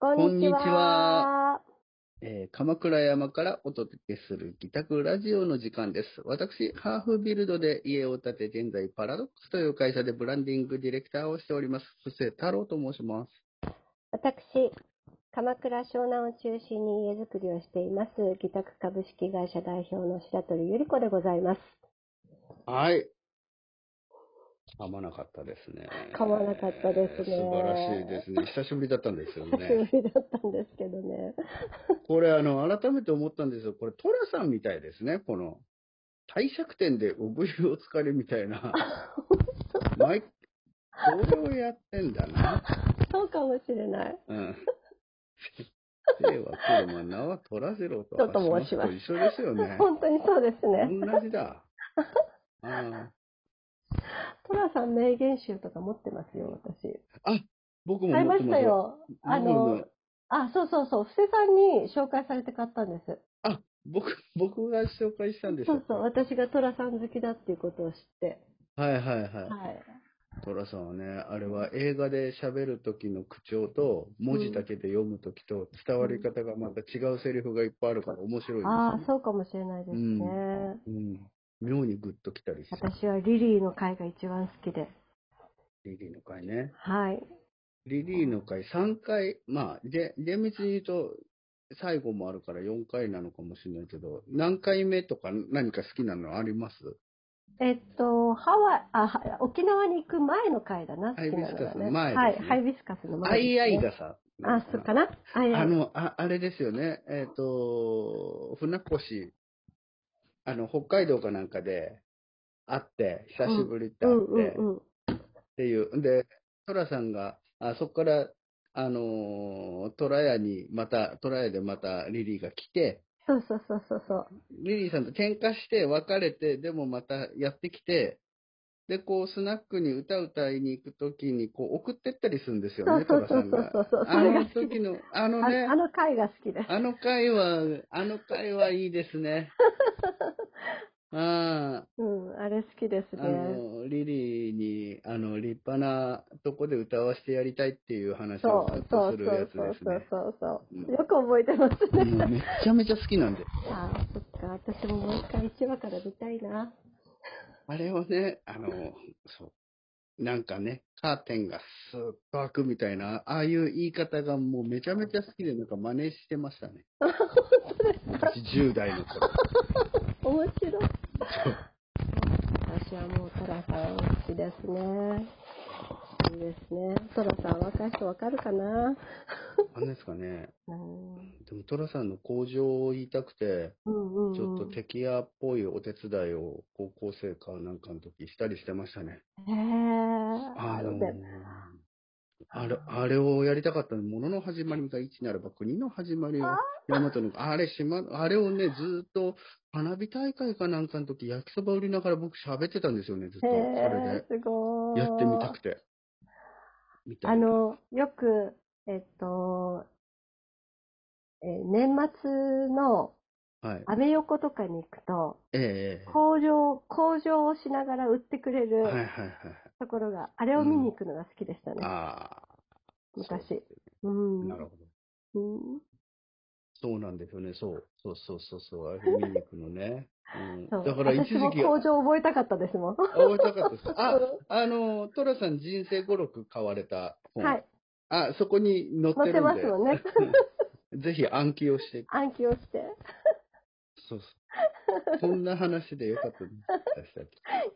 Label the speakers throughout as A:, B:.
A: こんに
B: こ
A: ち
B: んにち
A: は
B: は。
A: えー鎌倉山からお届けする自宅ラジオの時間です。私、ハーフビルドで家を建て、現在パラドックスという会社でブランディングディレクターをしております。そして太郎と申します。
B: 私、鎌倉湘南を中心に家づくりをしています、義宅株式会社代表の白鳥ゆり子でございます。
A: はい。噛まなかったですね。
B: 噛まなかったですね
A: 素晴らしいですね。久しぶりだったんですよ
B: 久し
A: ね。
B: ぶりだったんですけどね。
A: これ、あの、改めて思ったんですよ。これ、トラさんみたいですね。この、帝釈天で産湯をつかれみた いな。毎これをやってんだな。
B: そうかもしれない。
A: うん。生は来るも名は取らせろと。
B: ちょっと申します
A: と一緒ですよね。
B: 本当にそうですね。
A: 同じだ。あ
B: トラさん名言集とか持ってますよ、私。
A: ああ、僕も
B: 買い
A: 持
B: ま
A: って
B: した
A: ます。
B: よ。あ
A: 僕
B: の
A: も、
B: あ、そうそうそう、布施さんに紹介されて買ったんです。
A: あ、僕、僕が紹介したんです
B: そ
A: よ
B: う。そう、私がトラさん好きだっていうことを知って。
A: はいはいはい。
B: はい。
A: トラさんはね、あれは映画で喋る時の口調と、文字だけで読む時と、伝わり方がまた違うセリフがいっぱいあるから面白いです
B: ああ、
A: ね。
B: そうかもしれないですね。
A: うん。妙にグッときたりして、
B: 私はリリーの回が一番好きで。
A: リリーの回ね。
B: はい。
A: リリーの回3回、まあ、で、厳密に言うと、最後もあるから4回なのかもしれないけど、何回目とか何か好きなのあります
B: えっと、ハワイ、あ、は沖縄に行く前の回だな、好きなのがね。
A: ハ
B: は
A: イビスカスの前です
B: い、
A: ね
B: ハイビスカスの前です
A: アイアイ
B: ね。
A: がさ、
B: あ、そうかな。アイア
A: あ
B: イ。
A: の、ああれですよね、えっ、と、船越、あの、北海道かなんかで会って、久しぶりって
B: う
A: 会っ
B: ん
A: て、
B: うんうん。
A: っていう。で、トラさんが、あそこから、あのートラヤに、また、トラヤでまたリリーが来て、
B: そうそうそうそうそう。
A: リリーさんと喧嘩して別れて、でもまたやってきて、で、こう、スナックに歌歌いに行くときに、こう、送ってったりするんですよね、
B: そ
A: ト
B: う
A: ラさ
B: そうんそう
A: が
B: そうそう。
A: あ
B: それが
A: の
B: 好き
A: 時の、あの
B: あ
A: ね
B: あ、の回が好きです。
A: あの回は、あの回はいいで すね。ああ、
B: うん、あれ好きですね
A: あ。の、リリーに、あの、立派なとこで歌わしてやりたいっていう話
B: そ
A: をずっ
B: うそ
A: とす
B: う
A: る
B: そ
A: や
B: う
A: つ
B: そ
A: で
B: う
A: す
B: そう
A: ね。
B: そうそう
A: うん
B: よく覚えてますね。
A: もうめっちゃめちゃ好きなんで。
B: ああ、そっか。私ももう一回一話から見たいな。
A: あれはね、あの、そう。なんかね、カーテンがスーッと開くみたいな、ああいう言い方がもうめちゃめちゃ好きで、なんか真似してましたね。私10代の 頃。
B: 面白い。私はもうトラさん好きですね。いいですね。トラさん若い人わかるかな。
A: あれですかね。
B: うん。
A: でも、トラさんの工場を言いたくて、
B: うんうんうん。
A: ちょっとテキヤっぽいお手伝いを高校生かなんかの時したりしてましたね。
B: へえ。
A: あの
B: で
A: あれ、あれをやりたかったの、ものの始まりが一ならば国の始まりを、大和の、あれ、島、あれをね、ずーっと、花火大会かなんかの時、焼きそば売りながら僕喋ってたんですよね、ずっと。そ
B: へ
A: れ
B: え、すご
A: で、
B: い。
A: やってみたくて。みた
B: あ
A: いな。
B: の、よく、えっと、えー年末の
A: はい。
B: アメ横とかに行くと、
A: ええ
B: 工場、工場をしながら売ってくれ
A: ええは
B: る
A: いはいはいはい。
B: ところが、あれを見に行くのが好きでしたね、
A: ああ。そう
B: 昔。
A: です
B: うん。
A: ねなるほど。
B: うん
A: そうなんですよね、そう。そうそうそうそう、あれ見に行くのね。うん、
B: そう
A: だから一時
B: 私
A: 期、
B: も工
A: 覚
B: 場覚えたかったですもん。
A: えたかったです。あ、あの、トラさん人生語録買われた本。
B: はい。
A: あ、そこに載って
B: 載っ
A: るんで。
B: てますもんね。
A: ぜひ暗記をして。
B: 暗記をして。
A: そう そう。こんな話でよかったです。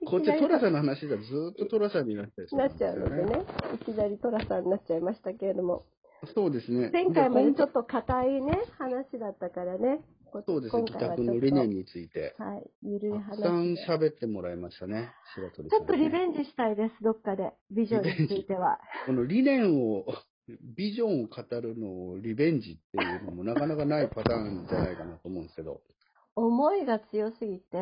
A: こっちトラさんの話だとずーっとトラさんになっちゃいそう
B: な
A: なん
B: っちゃう
A: ですよ
B: のでね。いきなりトラさんになっちゃいましたけれども。
A: そうですね。
B: 前回ま
A: で
B: で
A: 今
B: ち
A: 回
B: ょっと硬いね、話だったからね。こ
A: そうですね。
B: 今
A: 自
B: 回は
A: 宅
B: ちょ
A: の
B: っ
A: 理念
B: と、
A: について。
B: はい、ゆるい
A: たくさん
B: 話で。
A: 喋ってもらいましたね。白鳥
B: ち
A: さん
B: ょ
A: ね、
B: っとリベンジしたいです、どっかで。ビジョンについて は。
A: この理念を、ビジョンを語るのをリベンジっていうのもなかなかないパターンじゃないかなと思うんですけど。
B: 思いが強すぎて、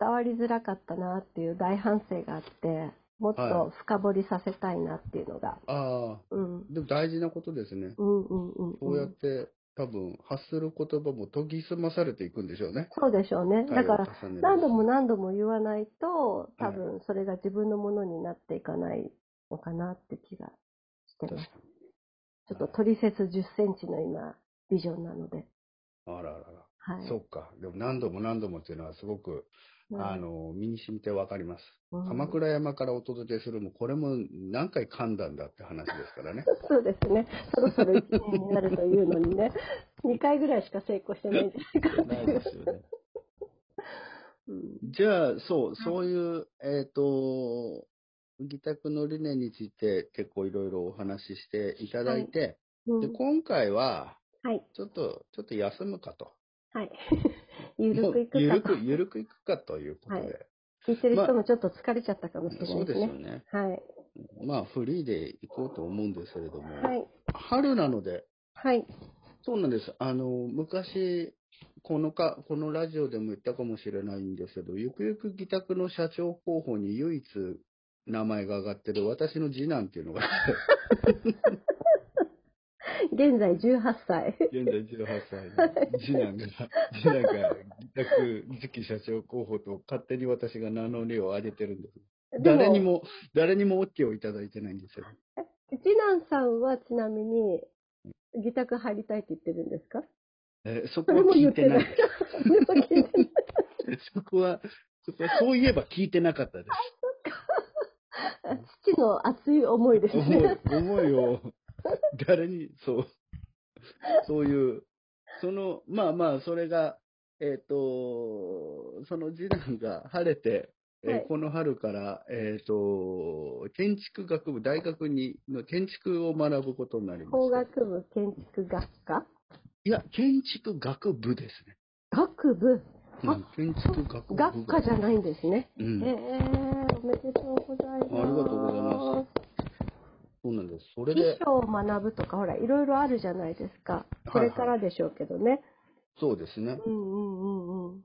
B: 伝わりづらかったなっていう大反省があって、もっ
A: は
B: と深掘りさせたいなっていうのが。
A: ああ、
B: うん。
A: でも大事なことですね。
B: うんうんうん、
A: こうやって多分発する言葉も研ぎ澄まされていくんでしょうね。
B: そうでしょうね。だから、
A: 回を重ねる
B: 何度も何度も言わないと、多分それが自分のものになっていかないのかなって気がしてます。ちょっとトリセツ10センチの今、ビジョンなので。
A: あらあらあ
B: は
A: ら。
B: い。
A: そっか。でも何度も何度もっていうのはすごく、あの、身に染みてわかります。
B: の
A: 鎌倉山からお届けするも、これも何回噛んだんだって話ですからね。
B: そうですね。そろそろ1年になるというのにね、2回ぐ らいしか成功してないんじゃないか って
C: ない
B: いう
C: で。すよね。
B: うん
A: じゃあ、そう、そういう、えっ、と、議宅の理念について結構いろいろお話ししていただいて、
B: う
A: で
B: ん
A: 今回は、
B: はい。
A: ちょっと、ちょっと休むかと。
B: はい。 ゆるくい
A: もう
B: く
A: ゆ
B: か
A: る
B: と
A: く、。ゆるくいくかということで。
B: はい聞いてる人もちょっと疲れちゃったかもしれな
A: そう
B: いで
A: ですすよ
B: ね。
A: ね。
B: はい。
A: まあ、フリーで行こうと思うんですけれども、
B: はい。
A: 春なので、
B: はい。
A: そうなんです。あの、昔、このか、このラジオでも言ったかもしれないんですけど、ゆくゆく議宅の社長候補に唯一名前が上がってる私の次男っていうのが、
B: 現在18歳。
A: 現在18歳の次男が、次男が議宅次期社長候補と勝手に私が名乗りを上げてるんです。
B: で
A: 誰に。も、誰にも OK をいただいてないんですよ。
B: 次男さんはちなみに、自宅入りたいって言ってるんですか
A: えーそ
B: そ
A: こは
B: れも
A: 聞
B: 言
A: い
B: ってて
A: な
B: ないい。。それも聞いてない。
A: そこは、そこはそういえば聞いてなかったです。
B: 父の熱い思いです
A: 思
B: ね。
A: い、思いを、誰に、そう、そういう、その、まあまあ、それが、えっ、と、その次男が晴れて、えー
B: はい
A: この春から、えっ、と、建築学部、大学に、の建築を学ぶことになりま
B: 工
A: した。
B: 学部建築学科
A: いや、建築学部ですね。
B: 学部
A: う
B: あ
A: ん、建築学部が。
B: 学科じゃないんですね。
A: うん
B: ええ。おめでとうございます。
A: ありがとうございまそうなんです。それ
B: 秘
A: で、
B: 書を学ぶとか、ほら、いろいろあるじゃないですか。これからでしょうけどね。
A: そうですね。
B: うんうんうんうん。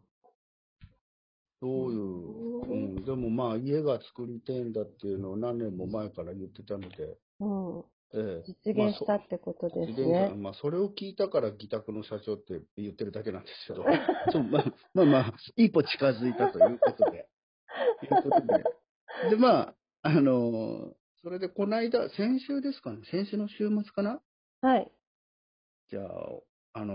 A: どういう、う、
B: うん
A: でもまあ家が作りたいんだっていうのを何年も前から言ってたので、
B: うん、
A: ええ、
B: 実現したってこと
A: まあ
B: です
A: そ実現した
B: ね。
A: まあそれを聞いたから、議宅の社長って言ってるだけなんです けど、そうまあ、まあまあ、一歩近づいたということで、いうことで、でまあ、あのーそれでこの間、先週ですかね、先週の週末かな、
B: はい。
A: じゃあ、あの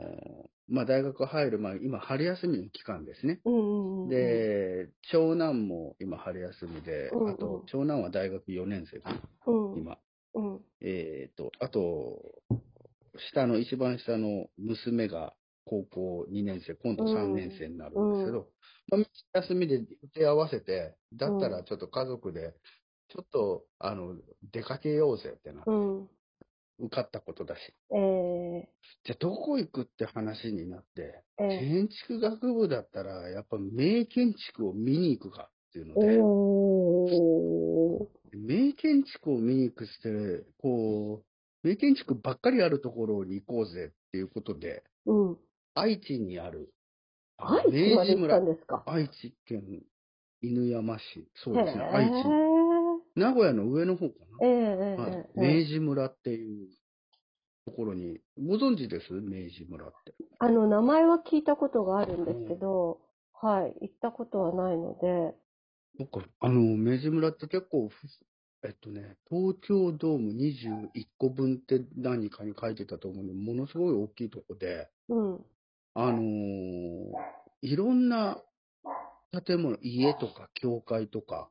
A: ーまあ、大学入る前、今、春休みの期間ですね。
B: うんうんうん、
A: で、長男も今春休みで、
B: うんうん
A: あと、長男は大学4年生かな、
B: うん、
A: 今。
B: うん、
A: えっ、と、あと、下の、一番下の娘が高校2年生、今度3年生になるんですけど、まあ、休みで手合わせて、だったらちょっと家族で、ちょっと、あの、出かけようぜってな、
B: うん。
A: 受かったことだし。
B: え
A: じゃあ、どこ行くって話になって、
B: ー、え
A: 建築学部だったら、やっぱ名建築を見に行くかっていうの
B: ー、
A: で、
B: おー。
A: 名建築を見に行くして、こう、名建築ばっかりあるところに行こうぜっていうことで、
B: うん。
A: 愛知にある、あ
B: 愛知まで行ったんですか
A: 愛知県犬山市、そう
B: へ
A: ですね、愛知。名古屋の上の方か
B: えー、えー、
A: な、はい
B: えー、えー
A: 明治村っていうところに、ご存知です明治村って。
B: あの、名前は聞いたことがあるんですけど、はい、行ったことはないので、
A: 僕、あの、明治村って結構ふ、えっとね、東京ドーム21個分って何かに書いてたと思うんで、ものすごい大きいとこで、
B: うん、
A: あのーいろんな建物、家とか教会とか、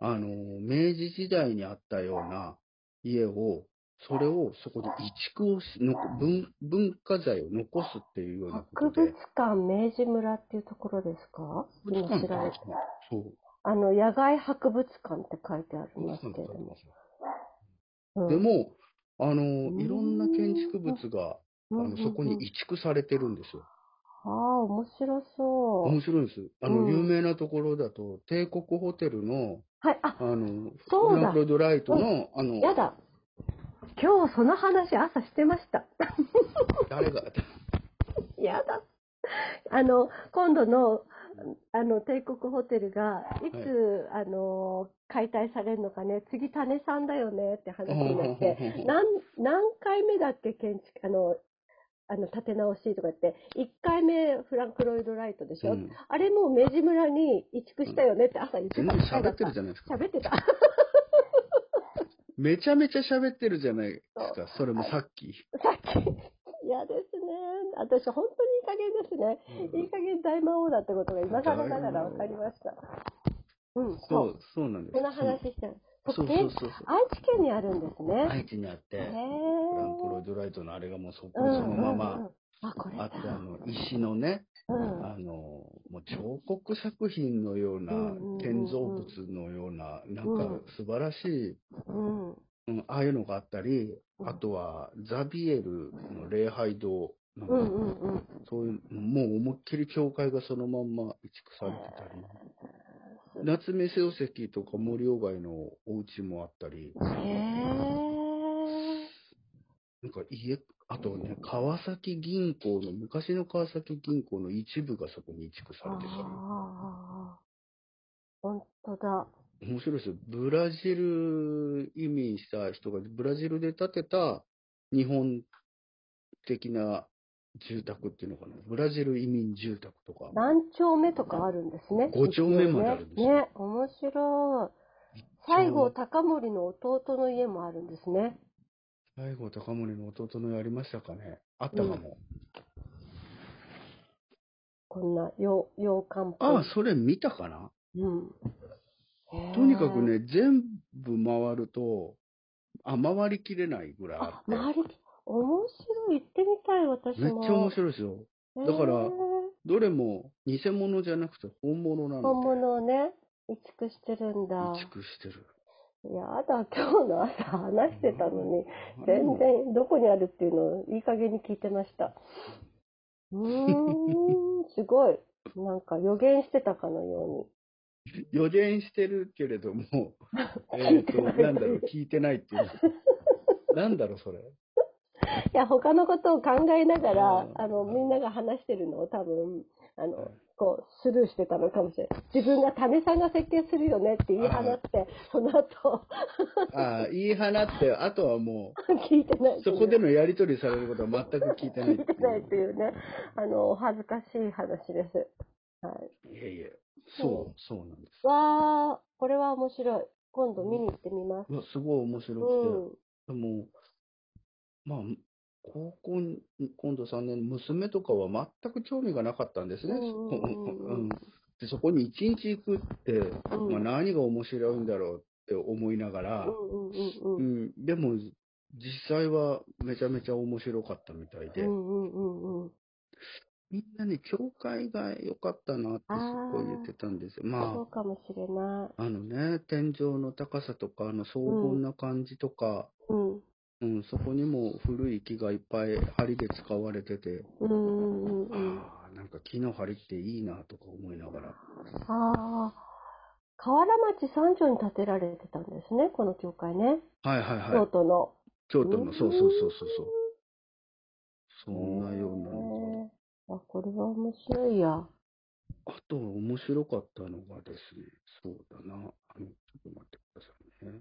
A: あのー明治時代にあったような家を、それをそこで移築をしのこ文、文化財を残すっていうようなこ
B: 博
A: と
B: 物
A: で。
B: 館明治村っていうところですか今
A: 博物館
B: 調べ
A: かなそう。
B: あの、野外博物館って書いてあり
A: 博物
B: ます
A: 館
B: けれど
A: だと思い
B: も
A: ま。す
B: うん
A: で、も、あ
B: う
A: のー
B: ん
A: いろんな建築物が、あ
B: うんうんう
A: の
B: ん
A: そこに移築されてるんですよ。
B: ああ、面白そう。
A: 面白いです。あの、
B: うん
A: 有名なところだと、帝国ホテルの、
B: はい、あ、
A: あの、
B: そうだ
A: フランクロイド・ライトの、あの、
B: やだ。今日その話朝してました。
A: 誰が、
B: やだ。あの、今度の、あの、帝国ホテルが、いつ、あの、解体されるのかね、次、種さんだよねって話になって、何、何回目だっけ、建築、あの、あの、建て直しとかって、1回目、フランク・ロイド・ライトでしょ、
A: うん
B: あれもう明治村に移築したよねって朝言って
A: 全
B: た
A: 然喋ってる
B: じ
A: じゃないです
B: ゃ
A: か
B: ん。。喋ってた。
A: めちゃめちゃ喋ってるじゃないです
B: そ
A: か、それもさっき。
B: さっき。嫌ですね。私、本当にいい加減ですね。いい加減大魔王だってことが今更ながら分かりました。うん、
A: そ
B: そう。
A: う、そうなんです。
B: この話してる。
A: そ
B: 特
A: うそう
B: 権
A: そうそう。
B: 愛知県にあるんですね。
A: 愛知にあっ
B: へ
A: て、
B: ー
A: フランク・ロイド・ライトのあれがもうそこ
B: うん
A: そのま
B: うんう
A: ま、
B: んあ、これ
A: あ
B: だ
A: ってあの、石のね、
B: うん。
A: あの、もう彫刻作品のような
B: うんうんうんうん、
A: 建造物のような、なん
B: う
A: か
B: ん
A: 素晴らしい、
B: うん。
A: うん、ああいうのがあったり、
B: うん
A: あとはザビエルの礼拝堂なんか、
B: うんうんうん。
A: そういう、もう思いっきり教会がそのまんま移築されてたり、夏目漱石とか森鴎外のお家もあったり、
B: へえ。
A: なんか家、あとね、川崎銀行の、昔の川崎銀行の一部がそこに移築されてた
B: ああ。本当だ。
A: り、面白いですよ。ブラジル移民した人が、ブラジルで建てた日本的な住宅っていうのかな。ブラジル移民住宅とか、
B: 何丁目とかあるんですね。
A: 五丁目まであるんですよ
B: ね。ね、面白い。西郷隆盛の弟の家もあるんですね。
A: 西郷隆盛の弟のやりましたかね。あったかも。
B: こんな洋洋館っぽい。
A: ああ、それ見たかな
B: うん。
A: とにかくね、全部回ると、あ、回りきれないぐらいあ
B: あ
A: っ、て。
B: 周り、面白い。行ってみたい、私
A: めっちゃ
B: も。
A: 面白いですよ。
B: 白
A: だからどれも偽物じゃなくて本物な
B: 本
A: ので、
B: 物をね、移築してるんだ
A: 移。築してる。
B: やだ、今日の朝話してたのに、全然どこにあるっていうのをいい加減に聞いてま した。うーん、すごい。なんか予言してたかのよ
A: 予言してるけれ ども、
B: 聞
A: え
B: い
A: ってと、
B: ない
A: なんだろう、聞いてないっていう。なんだろう、それ。
B: うに。いや、他のことを考えながら、
A: うん
B: あの、みんなが話してるのを多分、あ
A: はい
B: の、こう、スルーしてたのかもしれない。自分が種さんが設計するよねって言い放って、その後、
A: ああ、言い放って、あとはも、
B: 聞いてないうって
A: そ
B: いう。
A: こでのやりとりされることは全く聞いてない
B: 聞
A: っ
B: い
A: て
B: てないって
A: い
B: いうね、あの、お恥ずかしい話です。はい。
A: う。いやいや、そう、そうなんです。
B: わあ、これは面白い。今度見に行ってみます。
A: うわすごい面
B: う
A: 白
B: ん。
A: くて、でも、まあ、高校に、今度3年、娘とかは全く興味がなかったんですね。
B: うんうんうんうん
A: うんでそこに一日行くって、
B: うん
A: まあ、何が面白いんだろうって思いながら、
B: うんうん
A: う
B: うんうん。
A: ん、でも実際はめちゃめちゃ面白かったみたいで、
B: うんうんうんうん。
A: みんなね、教会が良かったなってすごい言ってたんですよ。
B: そ
A: ま
B: うかもしれない。
A: あ、あのね、天井の高さとか、あの荘厳な感じとか、
B: うん。
A: うん、そこにも古い木がいっぱい針で使われてて、
B: うんうんうんうん。
A: ああ、なんか木の針っていいなとか思いながら。
B: ああ。河原町三条に建てられてたんですね、この教会ね。
A: はいはいは
B: 京
A: い。
B: 都の。
A: 京都の、そうそうそうそうそう。そんなようなの
B: ねえあ、これは面白いや。
A: が。あと面白かったのがですね、そうだな。あの、ちょっと待ってくださいね。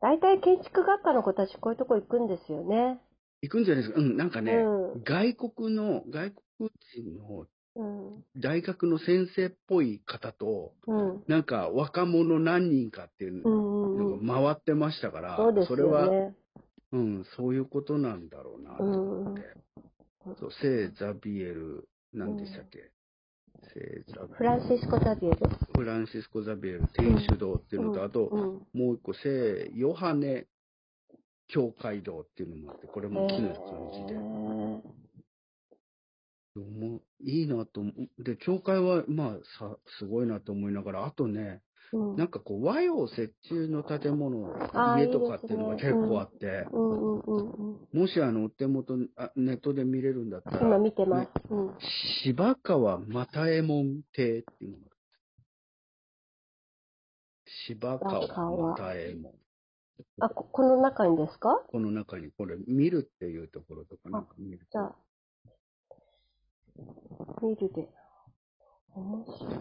B: 大体建築学科の子たちこういうとこ行くんですよね。
A: 行くんじゃないですか。うん、なんかね、
B: う
A: 外国の、外国人の
B: ん。うん。
A: 大学の先生っぽい方と、
B: うん。
A: なんか若者何人かってい
B: う
A: うの
B: んうんうん。
A: が回ってましたから、
B: そうです
A: それ
B: よ
A: は
B: ね。
A: うん、そういうことなんだろうなと思って。
B: うん
A: そう、聖ザビエル、何でしたっけ、聖ザビエル
B: フランシスコ・ザビエル。
A: フランシスコ・ザビエル、天主堂っていうのと、あと、
B: うん。
A: もう一個、聖ヨハネ教会堂っていうのもあって、これも木の感じで。もういいなと思う。で、教会は、まあ、さ、すごいなと思いながら、あとね、
B: うん
A: なんかこう、和洋折衷の建物、
B: あー
A: 家とかっていうのが結構あって、
B: うんうんうんうん。
A: もしあの、お手元にあ、ネットで見れるんだったら、
B: 今見てます。うん。
A: 芝川又右衛門邸っていうのがある芝川又右衛門。
B: あ、ここの中にですか
A: この中にこれ、見るっていうところとかなんか見る。
B: じゃあ、見るで。面白い。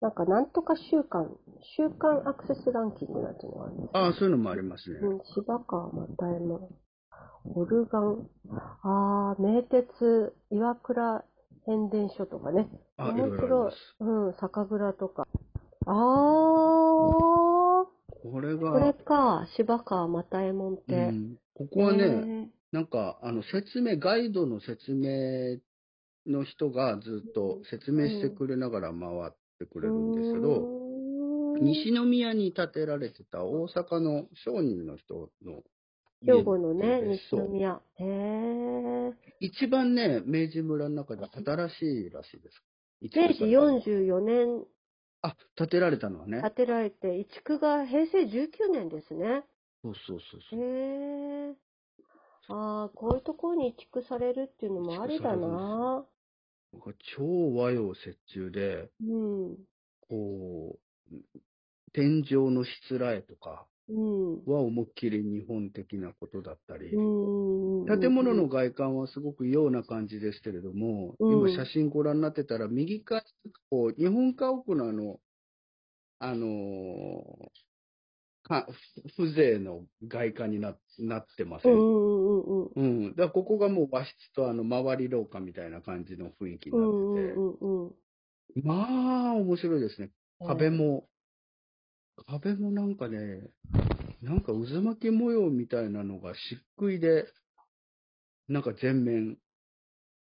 B: なんか、なんとか週間、週間アクセスランキングなんていうのがあるんです
A: ああ、そういうのもありますね。
B: うん、芝川又右衛門。オルガン。ああ、名鉄、岩倉変電所とかね。
A: あい
B: 面
A: ろいろあり
B: 白
A: ま
B: い
A: す。
B: うん、酒蔵とか。ああ、
A: ここれ
B: これ
A: が、
B: か、芝川又右衛門って。
A: うん、ここはね、
B: へー
A: なんか、あの、説明、ガイドの説明の人がずっと説明してくれながら回ってくれるんですけど、
B: うーん
A: 西宮に建てられてた大阪の商人の人の家
B: 兵庫のね、
A: で
B: 西
A: そう
B: 宮。へえ。
A: 一番ね、明治村の中で新しいらしいです。
B: 明治44年
A: あ、建てられたのはね
B: 建。てられて、移築が平成19年ですね。
A: そうそうそう
B: へ
A: そ
B: え。
A: う。
B: ああ、こういうところに移築されるっていうのもありだな。
A: なんか超和洋折衷で、
B: うん。
A: こう、天井のしつらえとか
B: うん。
A: は思いっきり日本的なことだったり、
B: うん
A: 建物の外観はすごくような感じですけれども、
B: うん
A: 今写真ご覧になってたら、右側にこう、日本家屋のあの、あのーか風情の外観にななってませ。
B: うんんう
A: うん
B: んうんうん。
A: だからここがもう和室とあの周り廊下みたいな感じの雰囲気に
B: う
A: なって
B: ん
A: て、
B: うんうんうん。
A: まあ面白いですね。壁も、壁もなんかね、なんか渦巻き模様みたいなのが漆喰で、なんか全面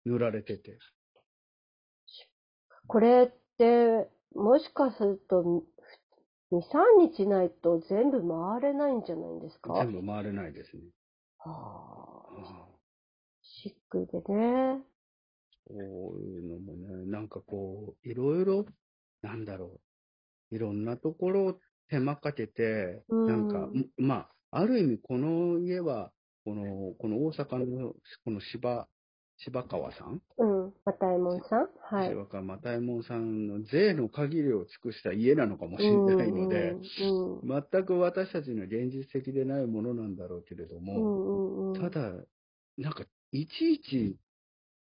A: 塗られてて。
B: これって、もしかすると、2、3日ないと全部回れないんじゃないんですか
A: 全部回れないですね。
B: はあ
A: ああ
B: シックでね。
A: こういうのもね、なんかこう、いろいろ、なんだろう。いろんなところを手間かけて、
B: うん
A: なんか、まあ、ある意味この家は、この、この大阪の、この芝、芝川さん
B: うん。またえもんさんはい。
A: 柴川又右衛門さんの税の限りを尽くした家なのかもしれないので、
B: うんうん
A: 全く私たちの現実的でないものなんだろうけれど
B: う
A: も、
B: んうんうん
A: ただ、なんか、いちいち、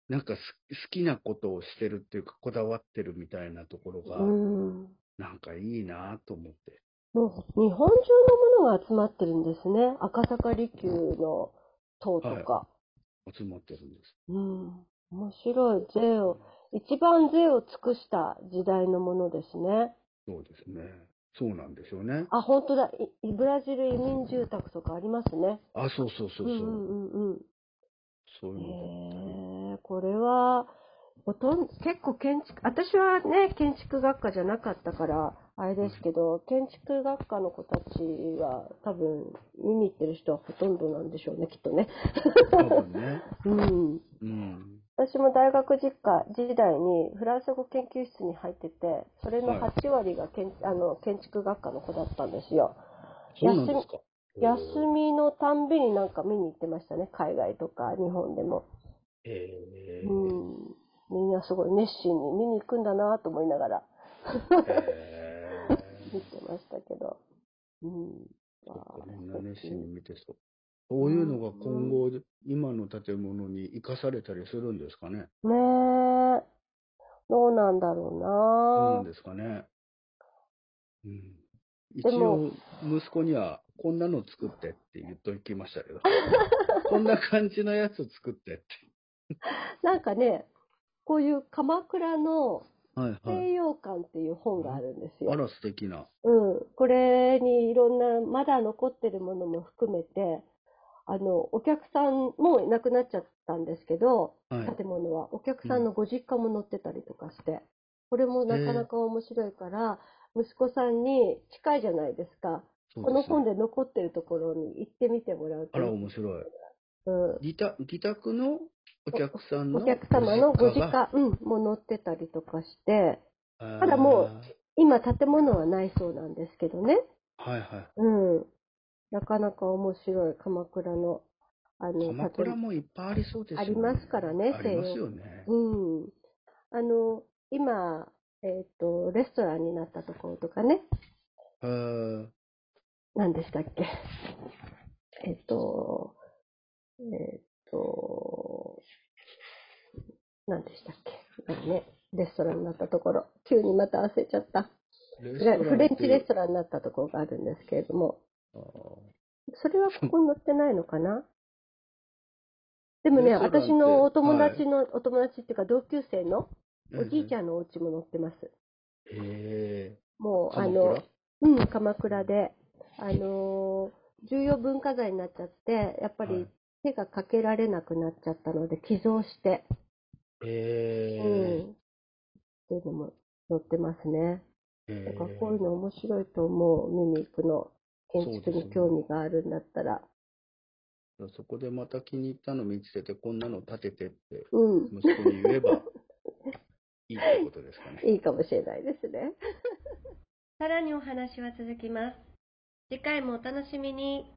A: なんかす好きなことをしてるっていうか、こだわってるみたいなところが、
B: うん
A: なんかいいなと思って。
B: もう日本中のものが集まってるんですね。赤坂離宮の塔とか。
A: 集まってるんです。
B: うん。面白い。税を、一番税を尽くした時代のものですね。
A: そうですね。そうなんですよね。
B: あ、本当だ。いブラジル移民住宅とかありますね。
A: あ、そうそうそうそう。
B: うんうんうんうん。
A: そういうのがあったり
B: へえこれはほとんど結構建築私はね建築学科じゃなかったからあれですけど建築学科の子たちは多分見に行ってる人はほとんどなんでしょうねきっとね。
A: 多分ね。
B: うん
A: うん。
B: 私も大学実家時代にフランス語研究室に入っててそれの8割が建,、あの建築学科の子だったんですよ
A: そうなんですか。
B: 休みのたんびになんか見に行ってましたね海外とか日本でも
A: え
B: うん、みんなすごい熱心に見に行くんだなと思いながら
A: え
B: 見てましたけど。うん。
A: そっか
B: あー
A: みんな熱心に見てそう。そういうのが今後、今の建物に生かされたりするんですかね。
B: ねえ。どうなんだ
A: どうなん
B: ろうな
A: ですかね。うん、一
B: でも
A: 応、息子には、こんなの作ってって言っときましたけど、こんな感じのやつ作ってって。
B: なんかね、こういう鎌倉の
A: はいはい。
B: 西洋館っていう本があるんですよ。
A: あら、素敵な。
B: うん。これにいろんな、まだ残ってるものも含めて、あの、お客さんもいなくなっちゃったんですけど、
A: はい。
B: 建物はお客さんのご実家も載ってたりとかして、これもなかなか面白いから、息子さんに近いじゃないですか
A: そう
B: この
A: です
B: 本
A: ね。
B: で残ってるところに行ってみてもらう
A: あら、
B: と、
A: 面白い。
B: うん、
A: 自宅自宅のお客さんの
B: お客様のご実
A: が
B: 家、うん、も載ってたりとかして
A: あー
B: ただもう今建物はないそうなんですけどね、
A: はいはい。
B: うん、なかなか面白い鎌倉のあの
A: 鎌倉
B: 建
A: もいっぱいありそうですよね。
B: ありますからね
A: ありますよね。
B: うん。あの、今、えっ、と、レストランになったところとかね、
A: へー
B: 何でしたっけ。えっ、と、えっ、と、何でしたっけ。あのね、レストランになったところ、急にまた忘れちゃった。
A: レ
B: フレフレンチレス
A: ト
B: トランになったところがあるんですけれども、
A: ランって。
B: それはここに載ってないのかなでもね、
A: レストランって
B: 私のお友達の、お友達っていうか同級生のおじいち
A: ん。
B: ゃんのお家も載ってます。
A: へえ。
B: もう、あ
A: 鎌倉
B: の、うん、鎌倉で、あのー重要文化財になっちゃって、やっぱ
A: は
B: り
A: い
B: 手がかけられなくなっちゃったので、寄贈して、
A: え
B: う
A: ー
B: ん。っていうのも載ってますね。
A: え
B: だ
A: ー
B: からこういうの面白いと思う、見に行くの。建
A: そ
B: 築
A: うです
B: に
A: ね
B: 興味があるんだったら。
A: そこでまた気に入ったの見つけて、こんなの建ててって、
B: うん。
A: 息子に言えばいいってことですかね。
B: いいかもしれないですね。さらにお話は続きます。次回もお楽しみに。